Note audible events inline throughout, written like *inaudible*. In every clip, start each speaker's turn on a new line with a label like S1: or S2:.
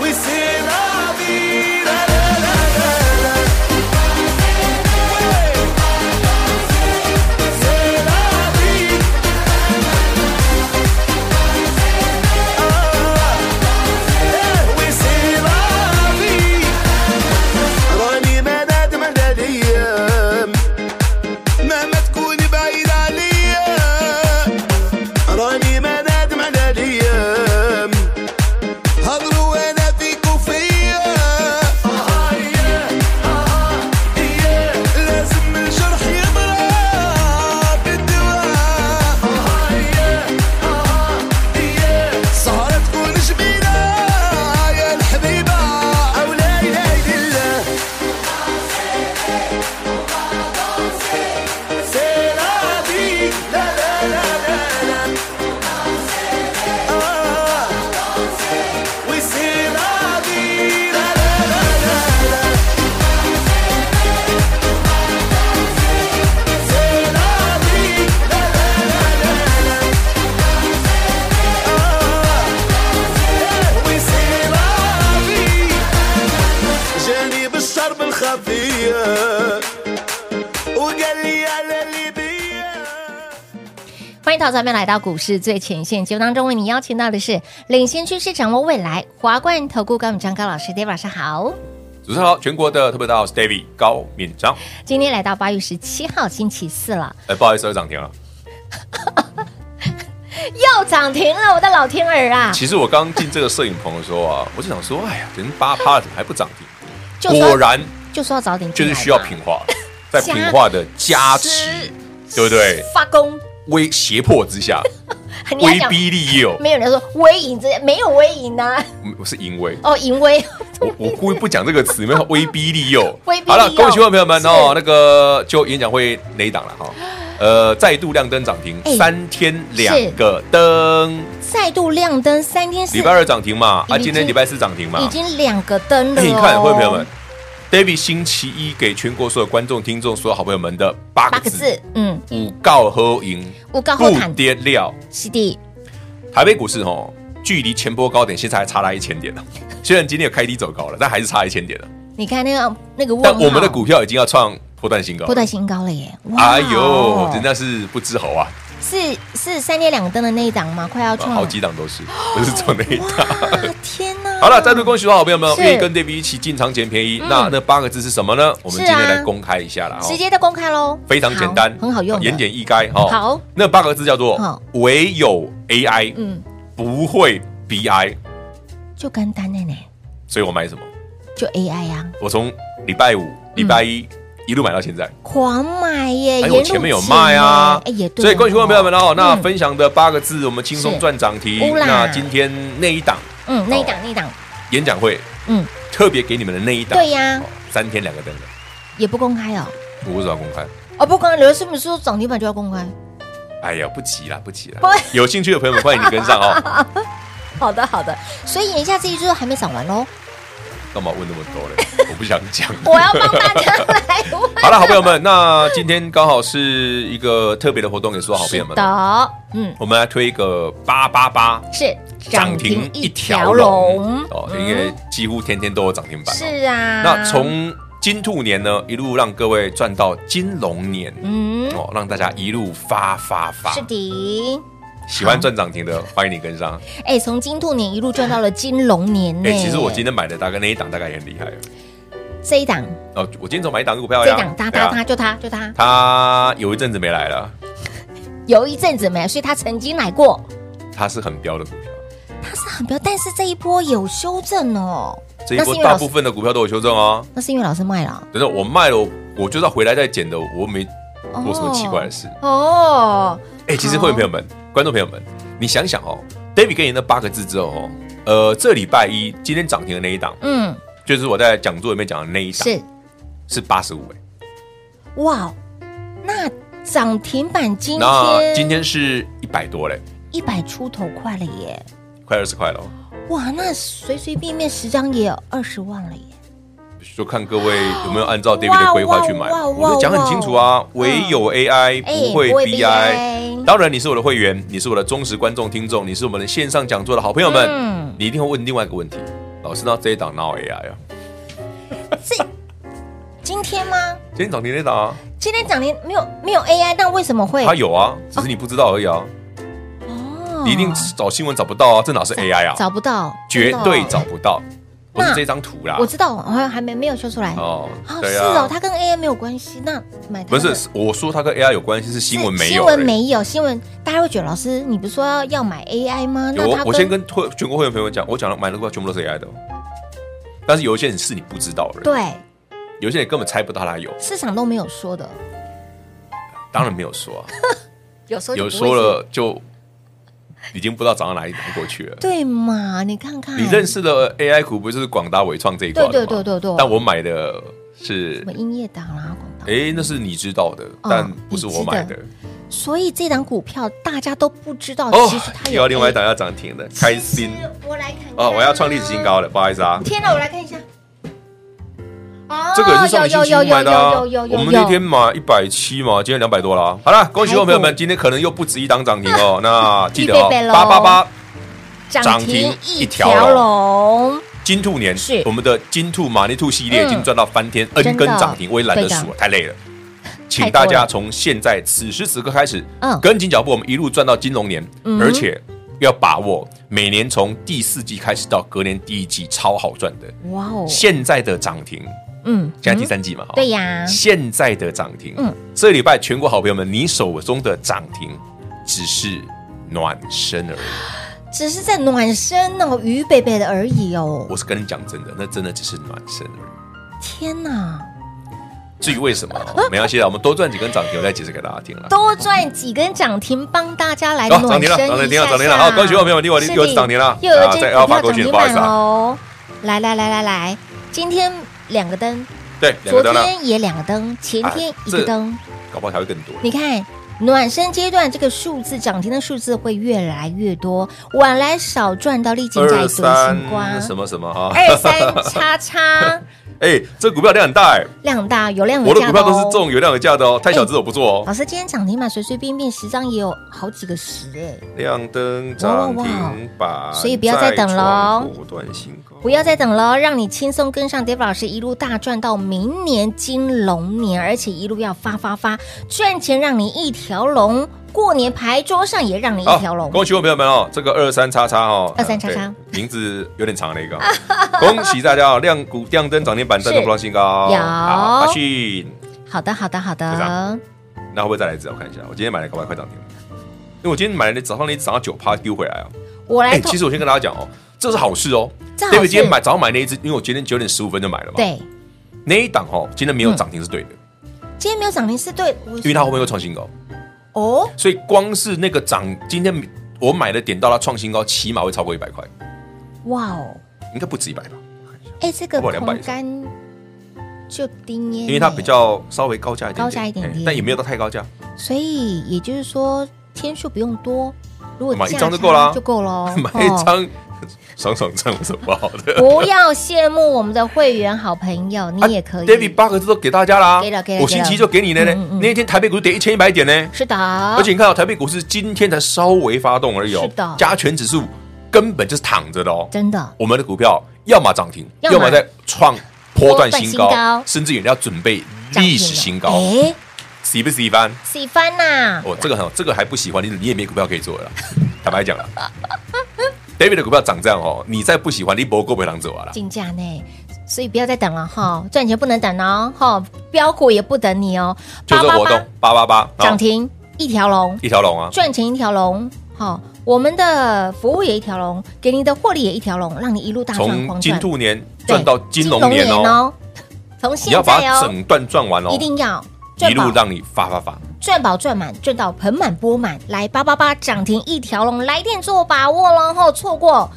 S1: We say la vida, la la la la. Say la vida. Ah, we say la vida. غني مداد مداد ايام مهما تكوني بعيد عليا راني مناد من الايام هضروا وانا فيك وفيا لازم الجرح يبرى بالدواء سهرة تكون جميلة يا الحبيبة أو لا إله إلا الله سير أبيك لا لا لا آه. لا لا We see la vida, la la la la. C'est la vie, la la la la la. Ah, eh, we see la vie. جاني بالشرب الخفية وقال لي على اللي بيا
S2: 欢迎投资者们来到股市最前线节目当中，为你邀请到的是领先趋势、掌握未来华冠投顾高敏章高老师，大家晚上好。
S3: 主持人好，全国的特别大号是 David 高敏章。
S2: 今天来到八月十七号星期四了，
S3: 哎、不好意思，又涨停
S2: 啊
S3: 了。
S2: 又涨停了，我的老天儿啊！
S3: 其实我刚进这个摄影棚的时候啊， *laughs* 我就想说，哎呀，人八趴了，怎么还不涨停？
S2: 就说
S3: 果然
S2: 就说要早点
S3: 就
S2: 进来
S3: 是
S2: 嘛，
S3: 需要品
S2: *laughs*
S3: 化，在品化的加持，对不对？
S2: 发功，
S3: 威胁迫之下，
S2: *laughs* 你还
S3: 威
S2: 讲
S3: 逼利诱，
S2: 没有人说微影这没有微影呐、
S3: 嗯我是淫威。
S2: 哦，淫威，。
S3: 我我故意不讲这个词，没有威逼利诱
S2: 威逼利诱
S3: 好了，各位观众朋友们
S2: 是
S3: 哦，那个就演讲会那一档了哈。呃，再度亮灯涨停
S2: 哎，
S3: 三天两个灯，
S2: 再度亮灯三天是
S3: 礼拜二涨停嘛，啊，
S2: 已经
S3: 今天礼拜四涨停嘛哎
S2: 已，经两个灯了、哦，
S3: 你看，各位朋友们，David 星期一给全国所有观众、听众、所有好朋友们的八
S2: 八
S3: 个
S2: 个
S3: 字
S2: 字：，嗯，
S3: 五告喝赢，
S2: 五告喝
S3: 不
S2: 坦
S3: 跌料。
S2: 是的，
S3: 台北股市哦，距离前波高点现在还差了一千点呢。 *laughs* 虽然今天有开低走高了，但还是差一千点了。
S2: 你看那个那个问号，
S3: 但我们的股票已经要创破断新高
S2: 破
S3: 了。
S2: 断新高了耶！哇
S3: 哎呦，人家是不知猴啊，
S2: 是是三天两灯的那一档吗？快要创
S3: 哦好几档都是，不是做那一档。 *laughs*
S2: 哇，天哪！
S3: 好了，再度恭喜所有好朋友们，
S2: 是嗯
S3: 愿意跟 David 一起进场捡便宜。那那八个字是什么呢？我们
S2: 是
S3: 今
S2: 啊
S3: 天来公开一下了哦。
S2: 直接的公开喽，
S3: 非常简单，啊
S2: 好很好用的，
S3: 言简意赅哈。
S2: 好，
S3: 那八个字叫做
S2: 好
S3: “唯有 AI
S2: 嗯，
S3: 不会 BI”，
S2: 就干单的呢，
S3: 所以我买什么？
S2: 就 AI 啊，
S3: 我从礼拜五、
S2: 嗯
S3: 礼拜一一路买到现在，
S2: 狂买耶！
S3: 哎，
S2: 沿路
S3: 我前面有卖啊
S2: 进哎，也对哦，
S3: 所以恭喜各位朋友们哦。那
S2: 嗯
S3: 分享的八个字，我们轻松赚涨
S2: 是
S3: 停。
S2: 乌啦
S3: 那今天那一档
S2: 嗯，那一
S3: 哦
S2: 档那一档，
S3: 演讲会，
S2: 嗯，
S3: 特别给你们的那一档，
S2: 对呀
S3: 哦，三天两个灯的，
S2: 也不公开哦，
S3: 我为什么要公开？
S2: 哦，不公开，刘师傅说涨停板就要公开，
S3: 哎呀，不急啦，不急啦
S2: 不。
S3: 有兴趣的朋友们，欢迎你跟上哦。 *laughs*
S2: *laughs* 好的好的，所以眼下这一周还没涨完
S3: *laughs*
S2: 喽，
S3: 干嘛问那么
S2: *laughs*
S3: 多嘞？我不想讲。
S2: 我要帮大家来问
S3: *laughs* 好了，好朋友们，那今天刚好是一个特别的活动，给所有好朋友
S2: 是
S3: 们。
S2: 的，嗯，
S3: 我们来推一个八八八
S2: 是
S3: 涨停一条龙哦，因为几乎天天都有涨停板。哦。
S2: 是啊，
S3: 那从金兔年呢，一路让各位赚到金龙年
S2: 嗯，
S3: 哦，让大家一路发发发
S2: 是。的，
S3: 喜欢赚涨停的，欢迎你跟上。
S2: 哎，从金兔年一路赚到了金龙年呢，
S3: 哎，其实我今天买的大概那一档大概也很厉害
S2: 这一档
S3: 哦。我今天只买一档股票
S2: 这
S3: 呀
S2: 一档，他
S3: 对
S2: 他
S3: 啊
S2: 他就他就他，
S3: 他有一阵子没来了，
S2: 有一阵子没，所以他曾经来过，
S3: 他是很标的股票。
S2: 他是啊很标，但是这一波有修正哦，
S3: 这一
S2: 那
S3: 波
S2: 是因为
S3: 大
S2: 老师
S3: 部分的股票都有修正哦。
S2: 那是因为老师卖了
S3: 等等，我卖了，我就是要回来再捡的，我没做什么奇怪的事。
S2: 哦，
S3: 哎、其实
S2: 好
S3: 会员朋友们、观众朋友们，你想想哦，David 给你那八个字之后哦，呃，这礼拜一今天涨停的那一档，
S2: 嗯，
S3: 就是我在讲座里面讲的那一档，
S2: 是
S3: 是八十五哎。
S2: 哇，哦那涨停板今
S3: 那
S2: 天
S3: 今天是一百多嘞，
S2: 一百出头快了耶！
S3: 快二十块了哦，
S2: 哇，那随随便便十张也有二十万了耶！
S3: 就看各位有没有按照 David 的规划去买。
S2: 哇哇哇嗯
S3: 我就讲很清楚啊，唯有 AI 不会
S2: 哎不会 BI
S3: BI。当然，你是我的会员，你是我的忠实观众、听众，你是我们的线上讲座的好朋友
S2: 嗯
S3: 们，你一定会问另外一个问题：老师，那这一档哪有 AI 啊？
S2: 今天吗？
S3: 今天涨停那档啊，
S2: 今天涨停没有没有 AI，但为什么会？
S3: 它有啊，只是你不知道而已啊。
S2: 哦
S3: 你一定找新闻找不到啊，这哪是 AI 啊？
S2: 找不到，
S3: 绝
S2: 真
S3: 对
S2: 的哦
S3: 找不到，不
S2: 那
S3: 是这张图啦
S2: 我。知道，好像还没没有秀出来。哦，
S3: 哦
S2: 是哦，，它跟 AI 没有关系。那买它
S3: 不
S2: 的
S3: 是是我说它跟 AI 有关系，是新闻没有
S2: 新
S3: 而已。
S2: 闻没有新闻，大家会觉得老师，你不是说要要买 AI 吗？那它
S3: 我我先跟会全国会员朋友讲，我讲了买的股票全部都是 AI 的哦，但是有一些人是你不知道的，
S2: 对
S3: 有一些人根本猜不到它有，
S2: 市场都没有说的，
S3: 当然没有
S2: *laughs*
S3: 说啊，
S2: 有时候就
S3: 有
S2: 不会
S3: 说
S2: 是，
S3: 了就已经不知道涨到哪里哪过去了。
S2: 对嘛？你看看，
S3: 你认识的 AI 股不就是广达、伟创这一挂的吗？
S2: 对对对对对
S3: 但我买的是
S2: 什么，音业达啦、广达，
S3: 哎，那是你知道的，但不是我买的
S2: 哦你。所以这档股票大家都不知道，
S3: 哦
S2: 哦其实它，
S3: 又要
S2: 有哎
S3: 另外一档要涨停的，开心。
S2: 我来看看
S3: 哦，我要创历史新。高了，不好意思啊。
S2: 天哪，我来看一下。哦，
S3: 这个也是上星期五买的啊，
S2: 有有有有有有有
S3: 我们那天买一百七嘛，今天两百多了。好了，恭喜我朋友们，今天可能又不止一档涨停
S2: *laughs*
S3: 哦。那记得
S2: 预
S3: 哦
S2: 备备，咯
S3: 八八八
S2: 涨
S3: 涨
S2: 停
S3: 停
S2: 一
S3: 一
S2: 条
S3: 条
S2: 龙，
S3: 金兔年
S2: 是
S3: 我们的金兔马尼兔系列
S2: 嗯
S3: 已经赚到翻天
S2: 真
S3: ，N
S2: 的
S3: 根涨停，我也懒得数
S2: 对
S3: 了，太累了。请
S2: 太多了
S3: 大家从现在此时此刻开始
S2: 嗯，
S3: 跟紧脚步，我们一路赚到金融年
S2: 嗯，
S3: 而且要把握每年从第四季开始到隔年第一季超好赚的。
S2: 哇哦，
S3: 现在的涨停，
S2: 嗯，
S3: 现在第
S2: 嗯
S3: 三季嘛，哈
S2: 对呀
S3: 现在的涨停，
S2: 嗯
S3: 嗯，这礼拜全国好朋友们，你手中的涨停只是暖身而已。
S2: 只是在暖身哦，于贝贝的而已哦。
S3: 我是跟你讲真的，那真的只是暖身而已。
S2: 天哪，
S3: 至于为什么，
S2: *laughs*
S3: 哦没关系啦，我们多赚几根涨停，我再解释给大家听了。
S2: 多赚几根涨停，帮大家来
S3: 好
S2: 暖
S3: 涨
S2: 身一
S3: 停
S2: 下
S3: 了
S2: 下。
S3: 涨停了涨停了好恭喜我朋友你又
S2: 是的
S3: 又是涨停了
S2: 又有一
S3: 啊
S2: 只
S3: 再
S2: 股票
S3: 要发
S2: 涨
S3: 过去
S2: 停
S3: 不好意
S2: 板
S3: 思啊
S2: 哦。来来来来来，今天两个灯，
S3: 对，两个灯
S2: 昨
S3: 了，
S2: 天也两个灯，前天
S3: 啊
S2: 一个
S3: 这
S2: 灯。
S3: 搞不好还会更多。
S2: 你看，暖身阶段这个数字涨停的数字会越来越多，晚来少赚到历尽在
S3: 二
S2: 夺星
S3: 三
S2: 光。
S3: 什么什么啊？
S2: 二三叉叉，
S3: 哎，这股票量很大哎，
S2: 量大有量有
S3: 我的
S2: 价
S3: 股票都是
S2: 哦哎
S3: 这种有量有价的哦，太小只我不做哦。
S2: 老师，今天涨停板随随便便十张也有好几个十哎、
S3: 亮灯
S2: 哇哇
S3: 涨停板，
S2: 所以不要再等了哦
S3: 再创波段新高，
S2: 不要再等了，让你轻松跟上 David 老师一路大赚到明年金龙年，而且一路要发发发，赚钱让你一条龙，过年牌桌上也让你一
S3: 好，
S2: 条龙。
S3: 恭喜我朋友们哦，这个二三叉叉哦，
S2: 23叉叉
S3: 呃对名字有点长的
S2: *laughs*
S3: 一个哦，恭喜大家哦，亮股亮灯涨停板，再
S2: 是
S3: 创波段新高，
S2: 有
S3: 好阿信，
S2: 好的，好的，好
S3: 就这
S2: 的
S3: 样，那会不会再来一次？我看一下，我今天买了，搞不好快涨停了，因为我今天买了早上那一只涨到九趴丢回来哦。
S2: 我来
S3: 哎，
S2: 投、
S3: 其实我先跟大家讲哦，这是好事哦。
S2: 这好事
S3: David 今天买早上买那一只，因为我今天九点十五分就买了嘛，
S2: 对，嗯
S3: 那一档哦，今天没有涨停是对的，
S2: 今天没有涨停是对，因
S3: 因为它后面会创新高。
S2: 哦，
S3: 所以光是那个涨，今天我买的点到它创新高，起码会超过一百块，
S2: 哇哦，
S3: 应该不止一百吧，
S2: 哎、这个
S3: 要不然200
S2: 空干就丁耶，
S3: 因为它比，较稍微高价一点点，
S2: 高价一点点
S3: 哎但也没有到太高价。
S2: 所以也就是说天数不用多，如果
S3: 买一
S2: 价
S3: 张就
S2: 差
S3: 够啦
S2: 就够了哦
S3: *laughs* 买一张，爽爽赚有什么不好 *laughs* 的？
S2: 不要羡慕我们的会员好朋友，哦你也可以。
S3: 啊 David 八个字都给大家啦，
S2: 给了给了
S3: 我星期一就给你了
S2: 嗯嗯嗯
S3: 呢。那一天台北股市跌一千一百点呢，
S2: 是的，
S3: 而且你看哦到台北股市今天才稍微发动而已哦
S2: 是的，
S3: 加权指数根本就是躺着的哦。
S2: 真的
S3: 我们的股票要么涨停，
S2: 要么
S3: 要么在创波
S2: 波
S3: 段新
S2: 段新高
S3: 高，甚至有人要准备历史新高，
S2: 哎，
S3: 喜不喜欢？
S2: 喜欢呐，
S3: 哦，这个很好，这个还不喜欢，你你也没股票可以做了。 *laughs* 坦白
S2: *laughs*
S3: 讲了，David 的股票涨这样哦，你再不喜欢，你不够不能走啊啦。
S2: 竞价呢。所以不要再等了哈，赚钱不能等哦哈，标股也不等你哦。
S3: 就这个活动八八八
S2: 涨停一条龙，
S3: 一条龙啊，
S2: 赚钱一条龙，好，我们的服务也一条龙，给你的获利也一条龙，让你一路大赚
S3: 从
S2: 狂
S3: 金
S2: 赚，
S3: 兔年
S2: 对
S3: 赚到金龙年
S2: 金哦，
S3: 哦，
S2: 从
S3: 你要
S2: 现
S3: 把
S2: 在
S3: 它
S2: 哦，
S3: 整段赚完哦
S2: 一，定要
S3: 一
S2: 赚
S3: 路
S2: 饱
S3: 让你发发发。
S2: 赚饱赚满，赚到盆满钵满，来八八八涨停一条龙，来电做把握喽！吼，错过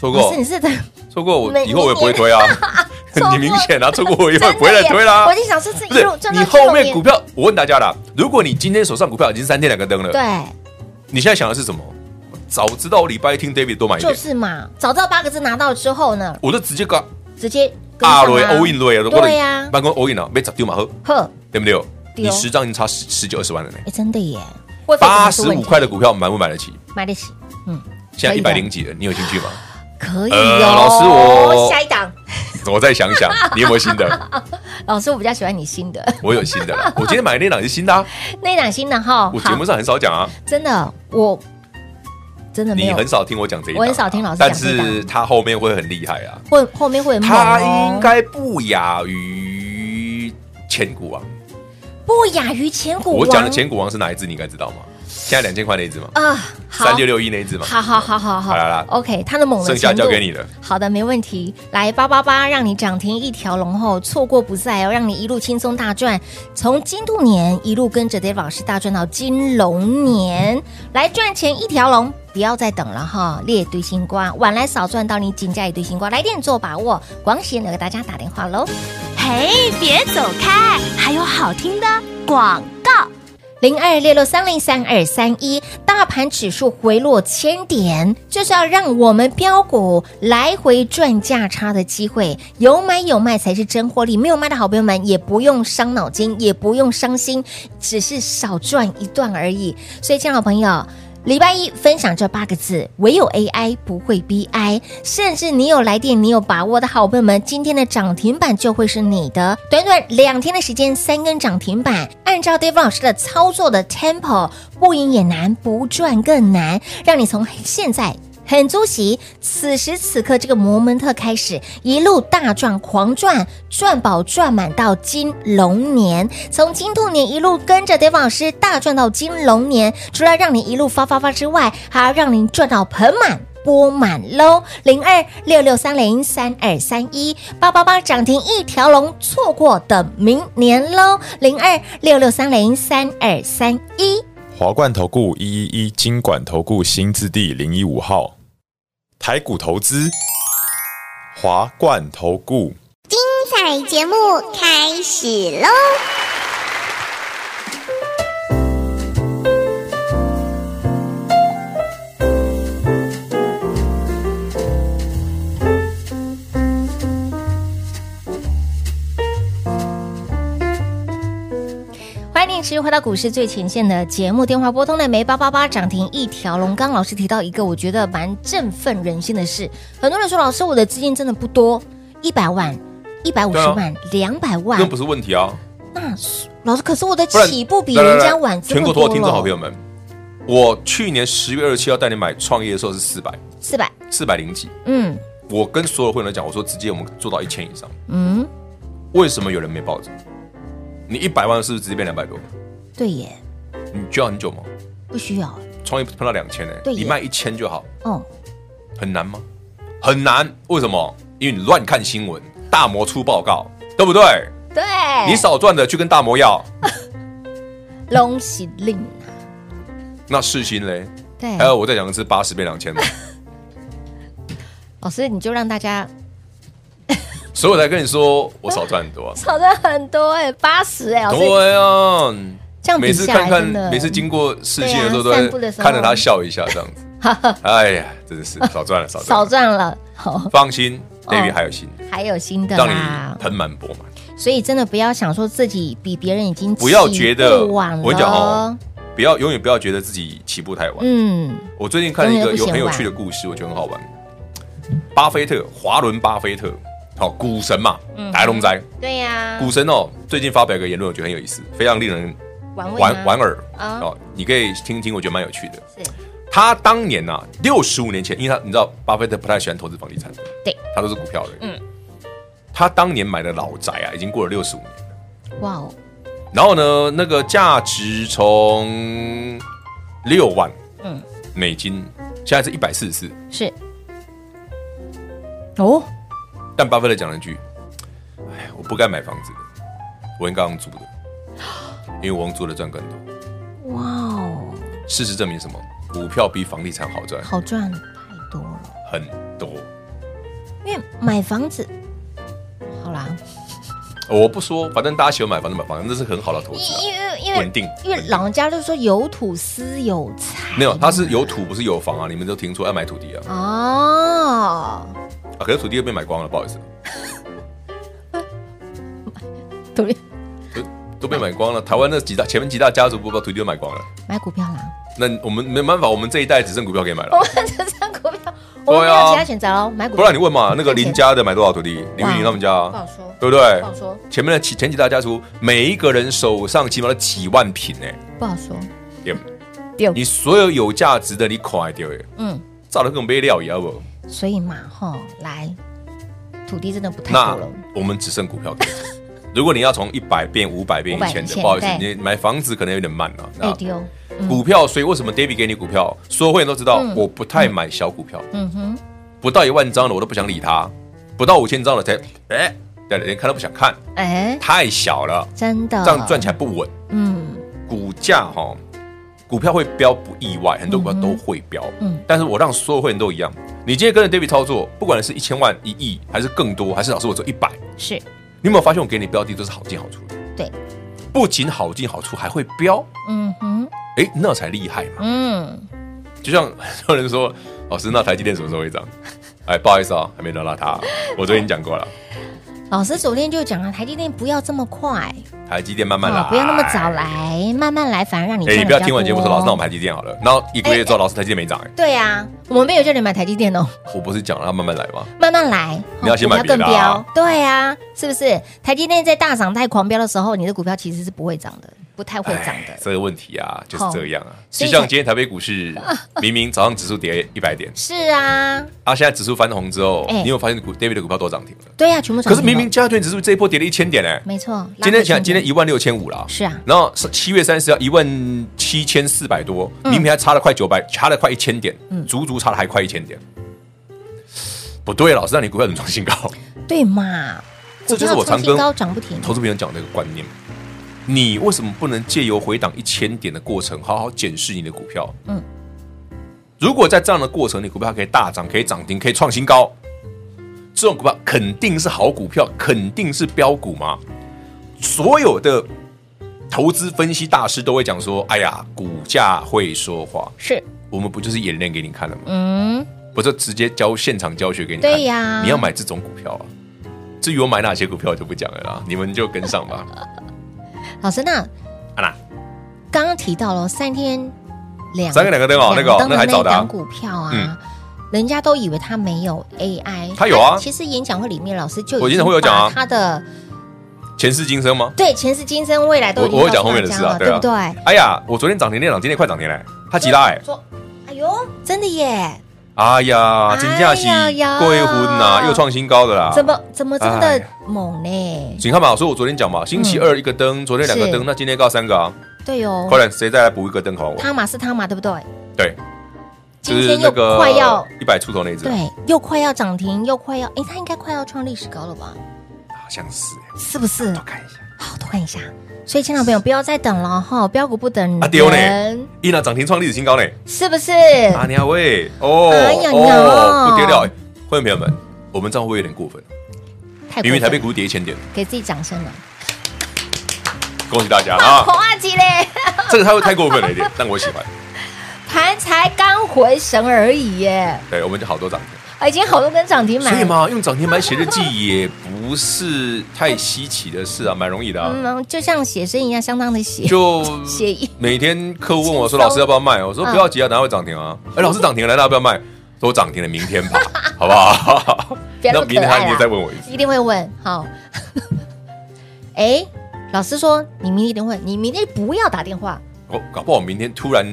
S3: 错
S2: 老
S3: 过
S2: 师，你是的，
S3: 错过我
S2: 每
S3: 以后我也不会推啊，
S2: *laughs*
S3: *laughs*
S2: 错过
S3: 很明显啊，错过我以 *laughs* 后也不会再推啦、
S2: 我就想说，这
S3: 不
S2: 一
S3: 是 *laughs*
S2: 路赚
S3: 你
S2: 到
S3: 后面
S2: 去
S3: 股票，我问大家啦，如果你今天手上股票已经三天两个灯了，
S2: 对，
S3: 你现在想的是什么？早知道我礼拜一听 David 多买一
S2: 就
S3: 点，
S2: 是嘛，早知道八个字拿到之后呢，
S3: 我就直接搞
S2: 直接跟
S3: 大
S2: 上
S3: 瑞
S2: 啊
S3: all in 瑞啊，
S2: 对呀，
S3: 办公 all in 啊，没砸丢马喝，
S2: 呵，
S3: 对不对？
S2: 对
S3: 你十张已经差十十九二十万了呢，
S2: 哎，真的耶，会费
S3: 八
S2: 真的是
S3: 十
S2: 问
S3: 五
S2: 题
S3: 块的股票买不买得起？
S2: 买得起，嗯，
S3: 现在
S2: 可以
S3: 一
S2: 的
S3: 百零几了，你有兴趣吗？
S2: 可以
S3: 呃
S2: 哦。
S3: 老师我
S2: 下一档，
S3: 我再想 *laughs* 想，你有没有新的？
S2: 老师我比较喜欢你新的 *laughs*
S3: 我有新的啦，我今天买的那档是新的啊，
S2: 那一档新的哈，
S3: 我节目
S2: 好
S3: 上很少讲啊，
S2: 真的我真的没
S3: 你
S2: 有
S3: 很，少听我讲这一档啊，
S2: 我很少听老师讲
S3: 但
S2: 这一档
S3: 是他后面会很厉害啊，
S2: 会后面会很猛
S3: 他
S2: 哦
S3: 应该不亚于前股王。
S2: 不亚于前股王。
S3: 我讲的前股王是哪一只？你应该知道吗？现在两千块那一只吗？
S2: 啊，好
S3: 三六六一那一只吗？
S2: 好好好好好，
S3: 好啦啦
S2: OK，它的猛的
S3: 剩下
S2: 程度
S3: 交给你了。
S2: 好的，没问题。来八八八，让你涨停一条龙后错过不再哦，让你一路轻松大赚，从金兔年一路跟着 Dave 老师大赚到金龙
S3: 嗯
S2: 年，来赚钱一条龙。不要再等了哈，列堆星光，晚来少赚到你紧加一堆星光，来电做把握，广喜呢给大家打电话喽。
S4: 嘿，别走开，还有好听的广告。
S2: 零二六六三零三二三一，大盘指数回落千点，就是要让我们标股来回赚价差的机会，有买有卖才是真获利，没有卖的好朋友们也不用伤脑筋，也不用伤心，只是少赚一段而已。所以，亲爱的朋友。礼拜一分享这八个字：唯有 AI 不会 BI。甚至你有来电，你有把握的好朋友们，今天的涨停板就会是你的。短短两天的时间，三根涨停板，按照 Dave 老师的操作的 tempo，不赢也难，不赚更难，让你从现在。很出息，此时此刻这个摩门特开始一路大赚狂赚，赚饱赚满到金龙年，从金兔年一路跟着 Dave 老师大赚到金龙年，除了让你一路发发发之外，还要让您赚到盆满。钵满喽，零二六六三零三二三一八八八涨停一条龙，错过等明年喽，零二六六三零三二三一。
S5: 华冠投顾一一一金管投顾新字第零一五号，台股投资，华冠投顾。
S6: 彩节目开始喽！
S2: 欢迎你持续回到股市最前线的节目，电话拨通了没？八八八涨停一条龙。刚刚老师提到一个我觉得蛮振奋人心的事，很多人说老师我的资金真的不多，一百万、一百五
S3: 对
S2: 十
S3: 啊
S2: 万、两百
S3: 那
S2: 万
S3: 不，是问题啊。
S2: 那老师可是我的
S3: 不然
S2: 起步比
S3: 来来
S2: 人
S3: 来
S2: 家晚这
S3: 全
S2: 么
S3: 国所
S2: 多
S3: 有听众好
S2: 了，
S3: 朋友们，我去年十月二十七号带你买创业的时候是四百
S2: 四百，
S3: 四百零几，
S2: 嗯
S3: 我跟所有会员讲，我说直接我们做到一千以上。
S2: 嗯，
S3: 为什么有人没抱着？你一百万是不是直接变两百多？
S2: 对耶，
S3: 你需要很久吗？
S2: 不需要，
S3: 创业碰到两千呢，
S2: 对耶
S3: 你卖一千就好，
S2: 哦，
S3: 很难吗？很难，为什么？因为你乱看新闻，大摩出报告，对不对？
S2: 对，
S3: 你少赚的去跟大摩要，
S2: 哎龙喜令啊，
S3: 那世新嘞？
S2: 对
S3: 还，有我再讲一次，八十变
S2: *laughs*
S3: 两千嘛。
S2: 老师你就让大家
S3: 所以我才跟你说我少赚很多啊、
S2: 少的很多哎，八十 *laughs* 哎，老师
S3: 对啊，
S2: 这样比
S3: 每次
S2: 下来
S3: 看看
S2: 真的，
S3: 每次经过视线的时候，都
S2: 对啊
S3: 会
S2: 散步的时候
S3: 看着他笑一下，这样子。
S2: *laughs*
S3: 哎呀，真的是少赚了，少赚
S2: 少
S3: 了。
S2: 赚了，好，
S3: 放心
S2: 哦啊
S3: ，David 还有心，
S2: 还有新的
S3: 让
S2: 啦
S3: 你。盆满钵满。
S2: 所以真的不要想说自己比别人已经
S3: 不要觉
S2: 起
S3: 得，
S2: 步晚了，
S3: 我跟你讲哦，不要永远不要觉得自己起步太晚。
S2: 嗯，
S3: 我最近看了一
S2: 永
S3: 个
S2: 远都不
S3: 有
S2: 嫌
S3: 很有
S2: 晚
S3: 趣的故事，我觉得很好玩。巴菲特，华伦巴菲特，好股神嘛，
S2: 嗯
S3: 大龙仔，
S2: 对呀、
S3: 股神哦，最近发表一个言论，我觉得很有意思，非常令人
S2: 玩味吗
S3: 玩玩耳
S2: 啊
S3: 哦，你可以听听，我觉得蛮有趣的。
S2: 是
S3: 他当年呐、啊，六十五年前，因为他你知道，巴菲特不太喜欢投资房地产，
S2: 对，
S3: 他都是股票的。
S2: 嗯
S3: 嗯，他当年买的老宅啊，已经过了六十五年了。
S2: 哇哦，
S3: 然后呢，那个价值从六万
S2: 嗯
S3: 美金，现在是一百四十四。
S2: 是哦，
S3: 但巴菲特讲了一句：“哎，我不该买房子的，我应该用租的，因为我用租的赚更多。
S2: 哇哦，”
S3: 事实证明什么？股票比房地产好赚
S2: 好赚太多了，
S3: 很多。
S2: 因为买房子，好啦，
S3: 我不说，反正大家喜欢买房就买房，那是很好的投资、啊。
S2: 因因为因
S3: 稳
S2: 为
S3: 定
S2: 因为老人家就说有土司有财，
S3: 没有，它是有土不是有房啊，你们都听错，要买土地啊，
S2: 哦，
S3: 啊，可是土地又被买光了，不好意思，
S2: 对，
S3: 都都被买光了。台湾那几大前面几大家族不把土地都买光了，
S2: 买股票啦，
S3: 那我们没办法，我们这一代只剩股票可以买
S2: 我
S3: 了。
S2: *laughs* 们只剩股票，我们没有其他选择喽，买股
S3: 啊不
S2: 票。
S3: 然你问嘛，那个林家的买多少土地？林玉玲他们家、
S2: 不好
S3: 啊，
S2: 说，
S3: 对不对
S2: 不好说，
S3: 前面的前前几大家族，每一个人手上起码都几万平哎、
S2: 不好说，
S3: 对不
S2: 对
S3: 你所有有价值的你垮掉哎，
S2: 嗯，
S3: 照得跟没料一样不？
S2: 所以嘛，哈，来，土地真的不太
S3: 那
S2: 够了，
S3: 我们只剩股票
S2: *laughs*
S3: 可以。如果你要从一百变五百变
S2: 500
S3: 一千的，
S2: 1000
S3: 不好意思，
S2: 对
S3: 你买房子可能有点慢了。
S2: 哎
S3: 那
S2: 丢，
S3: 股票，所以为什么 David 给你股票？所有会员都知道，我不太买小股票，
S2: 嗯哼，
S3: 不到一万张的我都不想理它，不到五千张的才哎，对，连看都不想看，
S2: 哎，
S3: 太小了，
S2: 真的，
S3: 这样赚起来不稳。
S2: 嗯，
S3: 股价哈，股票会飙不意外，很多股票都会飙。
S2: 嗯
S3: 但是我让所有会员都一样，你今天跟着 David 操作，不管是一千万、一亿，还是更多，还是老师我做一百，
S2: 是
S3: 你有没有发现我给你标的都是好进好出的？
S2: 对，
S3: 不仅好进好出，还会飙，
S2: 嗯哼，
S3: 哎，那才厉害嘛！
S2: 嗯，
S3: 就像很多人说，老师，那台积电什么时候会涨？哎，不好意思啊，还没轮到它。我昨天已经讲过了，
S2: 老师昨天就讲啊了，台积电不要这么快，哦
S3: 台积电慢慢来，
S2: 嗯不要那么早。来，慢慢来，反而让你
S3: 哎，
S2: 赚
S3: 你
S2: 得
S3: 不要
S2: 比较
S3: 听完节目说
S2: 多
S3: 老师，那我们台积电好了。然后一个月之后，老师台积电没涨，哎，
S2: 对啊，我们没有叫你买台积电哦，
S3: 我不是讲了要慢慢来吗？
S2: 慢慢来，哦
S3: 你要先买
S2: 股票
S3: 别
S2: 更
S3: 的啊
S2: 飙，对啊，是不是？台积电在大涨太狂飙的时候，你的股票其实是不会涨的，不太会涨
S3: 哎
S2: 的，哦
S3: 这个问题啊，就是这样啊。
S2: 所以
S3: 就像今天台北股市，明明早上指数跌一百点，
S2: 是啊，
S3: 啊，现在指数翻红之后，
S2: 哎
S3: 你有没有发现股 David 的股票都涨停了？
S2: 对啊，全部涨
S3: 可是
S2: 停了
S3: 明明加权指数这一波跌了一千点嘞，
S2: 没错，
S3: 今天
S2: 拉
S3: 想
S2: 回
S3: 今天一万六千五啦，
S2: 是啊
S3: 然后是七月三十号一万七千四百多，
S2: 嗯
S3: 明明还差了快九百，差了快一千点，足足差了还快一千点。不对，老师，那你股票怎么创新高？
S2: 对嘛，
S3: 这就是我
S2: 股票创
S3: 常
S2: 新
S3: 跟
S2: 高涨不停，
S3: 投资朋友讲的一个观念。你为什么不能借由回档一千点的过程，好好检视你的股票？
S2: 嗯
S3: 嗯，如果在这样的过程，你股票可以大涨、可以涨停、可以创新高，这种股票肯定是好股票，肯定是标股嘛。所有的投资分析大师都会讲说：“哎呀，股价会说话。
S2: 是，”
S3: 我们不就是演练给你看了吗？
S2: 嗯，
S3: 不是直接教现场教学给你看？
S2: 对呀
S3: 你要买这种股票啊。至于我买哪些股票，我就不讲了啦，你们就跟上吧。
S2: 老师那
S3: 啊啦，
S2: 刚刚提到了三天两
S3: 三个两个灯哦那个哦
S2: 两灯的
S3: 那还早的啊
S2: 档股票啊，人家都以为他没有 AI，
S3: 他有啊
S2: 其实演讲会里面老师就
S3: 我
S2: 已
S3: 演
S2: 经
S3: 讲会有讲啊
S2: 把他的
S3: 前世今生吗？
S2: 对前世今生未来都
S3: 我
S2: 已经
S3: 我有
S2: 告
S3: 讲
S2: 诉
S3: 后面的
S2: 大家
S3: 事啊，
S2: 了
S3: 对
S2: 对
S3: 啊
S2: 不对？
S3: 哎呀，我昨天涨停那档，今天快涨停嘞，他急拉哎！
S2: 说，哎呦，真的耶，
S3: 哎呀，金价是
S2: 哎呀呀
S3: 贵婚呐，又创新高的啦。
S2: 怎么怎么这么的
S3: 啊哎
S2: 猛呢？
S3: 你看嘛，所以我昨天讲嘛，星期二一个灯，昨天两
S2: 嗯
S3: 个
S2: 是
S3: 灯，那今天告三个啊。
S2: 对哦，
S3: 快点，谁再来补一个灯好我？
S2: 他马是他马，对不对？
S3: 对，
S2: 今天又快要
S3: 一百出头那一只，
S2: 对，又快要涨停，又快要，哎，他应该快要创历史高了吧？
S3: 好像是哎
S2: 是不是
S3: 我？看一下。
S2: 好，多看一下。所以，亲爱的朋友，不要再等了哈，标股不等
S3: 啊丢呢啊
S2: 人，
S3: 一档涨停创历史新高嘞！
S2: 是不是？
S3: 阿尼亚喂，哦
S2: 哎呀呀
S3: 哦，不跌了！哎欢迎朋友们，我们这样会不会有点过分？
S2: 太
S3: 明明台北
S2: 股
S3: 股市跌一千点，
S2: 给自己掌声了，
S3: 恭喜大家
S2: 啊，
S3: 啊！
S2: *laughs* 孔阿吉
S3: *laughs*
S2: 嘞，
S3: 这个他会太过分了一点，但我喜欢。
S2: 盘才刚回神而已耶，
S3: 对，我们就好多涨停，
S2: 啊已经好多根涨停板，
S3: 所以嘛，用涨停买写日记也不是太稀奇的事啊，蛮容易的啊。
S2: 嗯，就像写生一样，相当的写
S3: 就
S2: 写意，
S3: 每天客户问我
S2: 轻松
S3: 说：“老师要不要卖？”我说：“
S2: 嗯
S3: 不要急啊，等下会涨停啊。”哎，老师涨停了，那要不要卖？都涨停了，明天
S2: *laughs*
S3: 吧，好不好？
S2: 不要那
S3: 那
S2: 么
S3: 明
S2: 可
S3: 天他
S2: 爱
S3: 一定
S2: 啦
S3: 再，问我一次。
S2: 一定会问。好， *laughs* 哎，老师说你明天一定会，你明天不要打电话，
S3: 我哦搞不好明天突然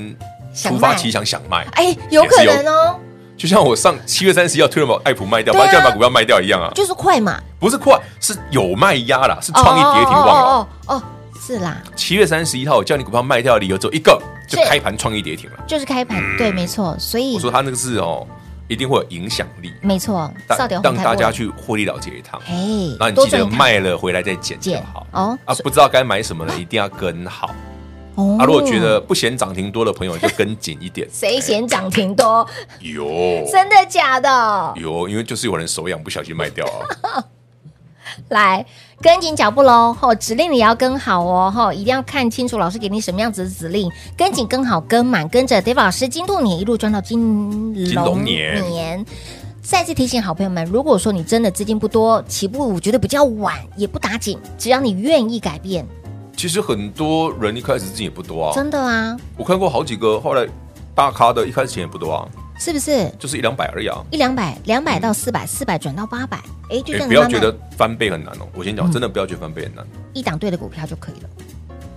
S2: 想
S3: 突发
S2: 卖
S3: 奇想想卖，
S2: 哎，有
S3: 也
S2: 可
S3: 是有
S2: 能哦，
S3: 就像我上七月三十要推了把爱普卖掉，
S2: 对啊
S3: 把叫你把股票卖掉一样啊，
S2: 就是快嘛，
S3: 不是快，是有卖压啦，是创意跌停忘了。
S2: 哦哦哦哦，哦是啦，
S3: 七月三十一号，我叫你股票卖掉的理由只有一个，就是开盘创意跌停了。
S2: 就是开盘，对，没错，所以
S3: 我说他那个是哦，一定会有影响力，
S2: 没错，
S3: 让
S2: 少点
S3: 让大家
S2: 去，
S3: 去获利了解一趟。
S2: 嘿，
S3: 那你
S2: 多
S3: 记
S2: 赚
S3: 得
S2: 一趟
S3: 卖了回来再减就
S2: 姐
S3: 好
S2: 哦，
S3: 啊，不知道该买什么了，一定要跟好。
S2: 哦。
S3: 啊，如果觉得不嫌涨停多的朋友，就跟紧一点
S2: *laughs* 谁嫌涨停多？
S3: 有
S2: 真的假的？
S3: 有，因为就是有人手痒不小心卖掉
S2: *laughs*
S3: 啊。
S2: 来跟紧脚步喽！吼、指令你要跟好哦！吼、一定要看清楚老师给你什么样子的指令，跟紧、跟好、跟满，跟着 Dave 老师金兔年一路赚到金
S3: 金
S2: 龙
S3: 龙年
S2: 年再次提醒好朋友们，如果说你真的资金不多，起步我觉得比较晚，也不打紧，只要你愿意改变，
S3: 其实很多人一开始资金也不多啊，
S2: 真的啊，
S3: 我看过好几个后来大咖的，一开始钱也不多啊，
S2: 是不是？
S3: 就是一两百而已啊。
S2: 一两百、两百到四百、四百转到八百，哎，就这
S3: 哎、
S2: 样
S3: 不要
S2: 慢
S3: 觉
S2: 慢
S3: 得翻倍很难哦，我先
S2: 嗯
S3: 讲，真的不要觉得翻倍很难。
S2: 一档对的股票就可以了。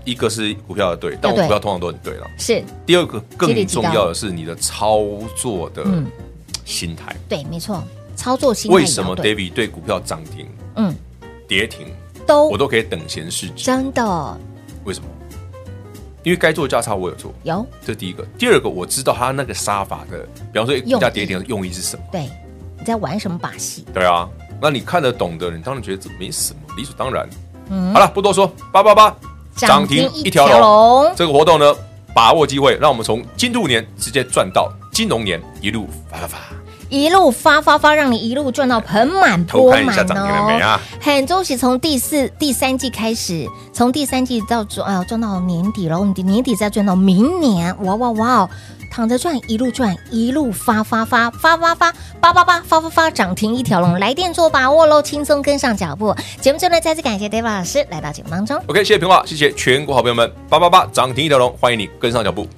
S3: 一个是股票的对，但我
S2: 对
S3: 股票通常都很对了。
S2: 是
S3: 第二个
S2: 激励
S3: 更
S2: 指导
S3: 重要的是你的操作的
S2: 嗯
S3: 心态。
S2: 对，没错，操作心态
S3: 为什
S2: 也要
S3: 么
S2: 对
S3: David 对股票涨停、
S2: 嗯
S3: 跌停，
S2: 都
S3: 我都可以等闲视之？
S2: 真的
S3: 为什么？因为该做的价差我有做，
S2: 有
S3: 这第一个。第二个，我知道他那个杀法的，比方说股价跌停的用意是什么？
S2: 对，你在玩什么把戏？
S3: 对啊，那你看得懂的，你当然觉得这没什么，理所当然。
S2: 嗯
S3: 好了，不多说，八八八涨停一条龙，
S2: 龙，
S3: 这个活动呢，把握机会，让我们从金兔年直接赚到金龙年，一路发发发。
S2: 一路发发发，让你一路赚到盆满
S3: 偷
S2: 钵
S3: 看一下
S2: 满
S3: 涨停了没
S2: 哦。
S3: 啊？
S2: 很周喜从第四、第三季开始，从第三季到赚啊赚到年底了，我们年底再赚到明年，哇哇哇哦！躺着赚，一路赚，一路发发发发发发八八八发发发涨停一条龙，来电做把握喽，轻松跟上脚步。节目最后呢，再次感谢 David 老师来到节目当中。
S3: OK，谢谢平话，谢谢全国好朋友们，八八八涨停一条龙，欢迎你跟上脚步。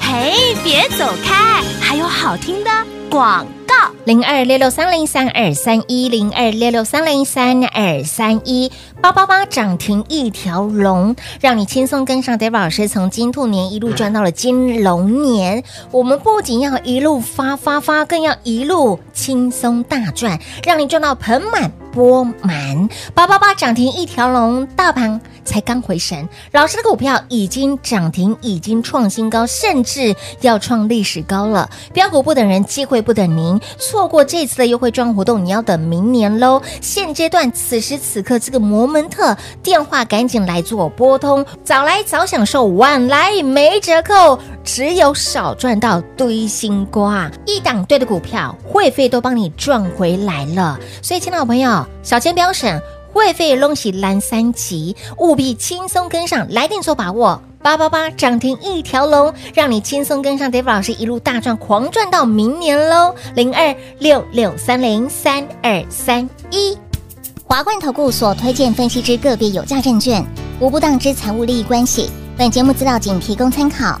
S4: 嘿，别走开，还有好听的广告。
S2: 零二六六三零三二三一零二六六三零三二三一八八八涨停一条龙，让你轻松跟上 David 老师从金兔年一路赚到了金龙年。我们不仅要一路发发发，更要一路轻松大赚，让你赚到盆满钵满。八八八涨停一条龙，大盘才刚回神，老师的股票已经涨停，已经创新高，甚至要创历史高了。标股不等人，机会不等您，错过这次的优惠券活动，你要等明年喽。现阶段此时此刻这个摩门特电话，赶紧来做拨通，早来早享受，晚来没折扣，只有少赚到堆心瓜。一档对的股票，会费都帮你赚回来了。所以，亲爱的朋友，小钱不要省。会费弄起蓝三级，务必轻松跟上，来电做把握。八八八涨停一条龙，让你轻松跟上 David 老师一路大赚，狂赚到明年喽！零二六六三零三二三一。
S6: 华冠投顾所推荐分析之个别有价证券，无不当之财务利益关系。本节目资料仅提供参考，